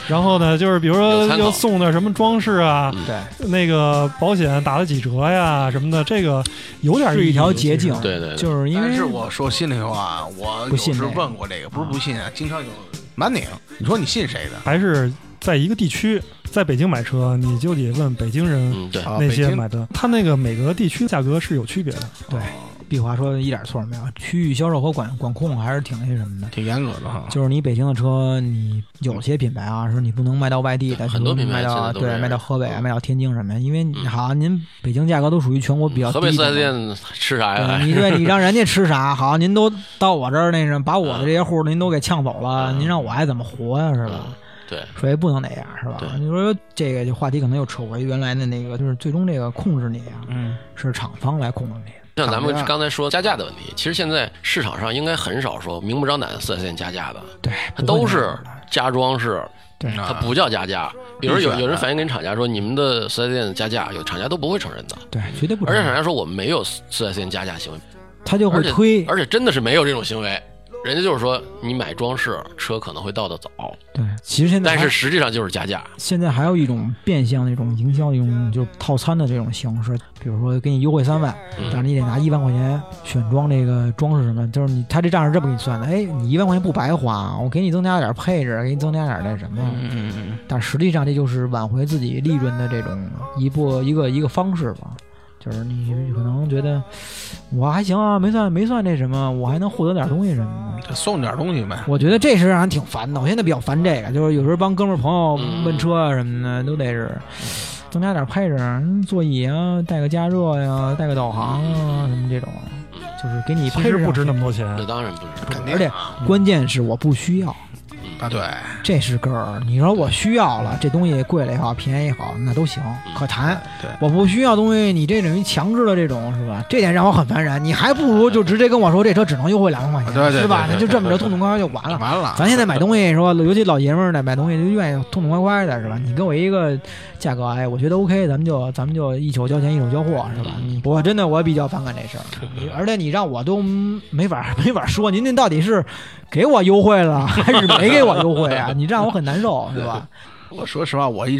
Speaker 4: 然后呢，就是比如说
Speaker 1: 有参考
Speaker 4: 又送点什么装饰啊，
Speaker 1: 嗯
Speaker 2: *laughs* 对，
Speaker 4: 那个保险打了几折呀什么的，这个有点
Speaker 2: 是
Speaker 4: 意
Speaker 2: 一
Speaker 4: 义
Speaker 2: 条捷径，
Speaker 1: *laughs* 对对对
Speaker 2: 就是因
Speaker 3: 嗯但
Speaker 2: 为
Speaker 3: 是我说心里话，我
Speaker 2: 不
Speaker 3: 有
Speaker 2: 信嗯
Speaker 3: 时候
Speaker 2: 这个
Speaker 3: 问过这个，不是不信啊，经常有满拧。你说你信谁的？
Speaker 4: 还是在一个地区，在北京买车，你就得问北京人
Speaker 1: 嗯对，
Speaker 3: 啊，
Speaker 4: 那
Speaker 3: 北
Speaker 4: 些
Speaker 3: 京
Speaker 4: 买的，他那个每个地区价格是有区别的。
Speaker 2: 对，毕华说的一点错没有，区域销售和管管控还是挺那什么的。
Speaker 3: 挺严格的
Speaker 1: 啊
Speaker 3: 哈。
Speaker 2: 就是你北京的车，你有些品牌啊，说你不能卖到外地的，
Speaker 1: 嗯很多
Speaker 2: 你
Speaker 1: 品
Speaker 2: 不能
Speaker 1: 牌
Speaker 2: 卖
Speaker 1: 现
Speaker 2: 到
Speaker 1: 在都这
Speaker 2: 对
Speaker 1: 样
Speaker 2: 卖到河北啊、
Speaker 1: 嗯
Speaker 2: 卖到天津什么的，因为
Speaker 1: 嗯
Speaker 2: 好，您北京价格都属于全国比较低
Speaker 1: 河
Speaker 2: 的
Speaker 1: 北四 S
Speaker 2: 嘛。
Speaker 1: 店吃啥呀？哎
Speaker 2: 对你对你让人家
Speaker 1: *laughs*
Speaker 2: 吃啥好，您都到我这儿那什么，把我的这些户儿您都给呛走了，
Speaker 1: 嗯
Speaker 2: 您让我还怎么活呀、是吧？
Speaker 1: 嗯对，
Speaker 2: 所以不能那样，是吧
Speaker 1: 对？
Speaker 2: 你说这个就话题可能又扯回原来的那个，就是最终这个控制你啊，
Speaker 3: 嗯，
Speaker 2: 是厂方来控制你。
Speaker 1: 像咱们
Speaker 3: 涨价
Speaker 1: 刚才说加价的问题，其实现在市场上应该很少说明目张胆四 S 店加价的，
Speaker 2: 对，
Speaker 1: 它
Speaker 2: 不会
Speaker 1: 都
Speaker 2: 那
Speaker 1: 是
Speaker 2: 样的
Speaker 1: 加装饰，
Speaker 2: 对
Speaker 1: 它
Speaker 3: 啊
Speaker 1: 不叫加价。比如说
Speaker 3: 必
Speaker 1: 有
Speaker 3: 须
Speaker 1: 有人
Speaker 3: 的
Speaker 1: 反映给你厂家说你们的四 S 店加价，有厂家都不会承认的，
Speaker 2: 对，绝对不
Speaker 1: 而
Speaker 2: 能。
Speaker 1: 且厂家说我们没有四 S 店加价行为，
Speaker 2: 他就会
Speaker 1: 而且
Speaker 2: 推，
Speaker 1: 而且真的是没有这种行为。人家就是说，你买装饰车可能会到的早，
Speaker 2: 对，其实现在
Speaker 1: 但
Speaker 2: 还
Speaker 1: 是实际上就是加价。
Speaker 2: 现在还有一种变相的一种营销的一种就是套餐的这种形式，比如说给你优惠三万，
Speaker 1: 嗯
Speaker 2: 但是你得拿一万块钱选装这个装饰什么，就是你他这账是这么给你算的，哎，你一万块钱不白花，我给你增加点配置，给你增加点那什么，
Speaker 3: 嗯嗯
Speaker 2: 但实际上这就是挽回自己利润的这种一步一个一个方式吧。就是你可能觉得我还行啊，没算没算那什么，我还能获得点东西什么的。
Speaker 3: 嗯，送点东西呗。
Speaker 2: 我觉得这是让人挺烦的。我现在比较烦这个，就是有时候帮哥们儿朋友
Speaker 1: 嗯
Speaker 2: 问车啊什么的，都得是增加点配置，嗯座椅啊，带个加热呀、带个导航啊，什么这种，就是给你
Speaker 4: 其
Speaker 2: 配置
Speaker 4: 实
Speaker 2: 上
Speaker 4: 不值那
Speaker 2: 去
Speaker 4: 么多钱。
Speaker 1: 那当然不是，嗯
Speaker 3: 肯定
Speaker 2: 而且关键是我不需要。
Speaker 3: 啊，对，
Speaker 2: 这是根儿。你说我需要了，这东西贵了也好，便宜也好，那都行，可谈。
Speaker 3: 对
Speaker 2: 我不需要东西，你这等于强制的这种是吧？这点让我很烦人。你还不如就直接跟我说，这车只能优惠两万块
Speaker 3: 对
Speaker 2: 钱，
Speaker 3: 啊对
Speaker 2: 是吧？
Speaker 3: 对
Speaker 2: 那就
Speaker 3: 对
Speaker 2: 这么着，痛痛快快就完了。
Speaker 3: 完了，
Speaker 2: 咱现在买东西说，尤其老爷们儿呢，买东西就愿意痛痛快快的，是吧？你给我一个价格，哎，我觉得 OK，咱们就咱们就一手交钱一手交货，是吧？你我真的我比较反感这事儿，你而且你让我都没法 *laughs* 没法说，您那到底是给我优惠了还是没给我优惠啊？你让我很难受，是吧？
Speaker 3: 我说实话，我一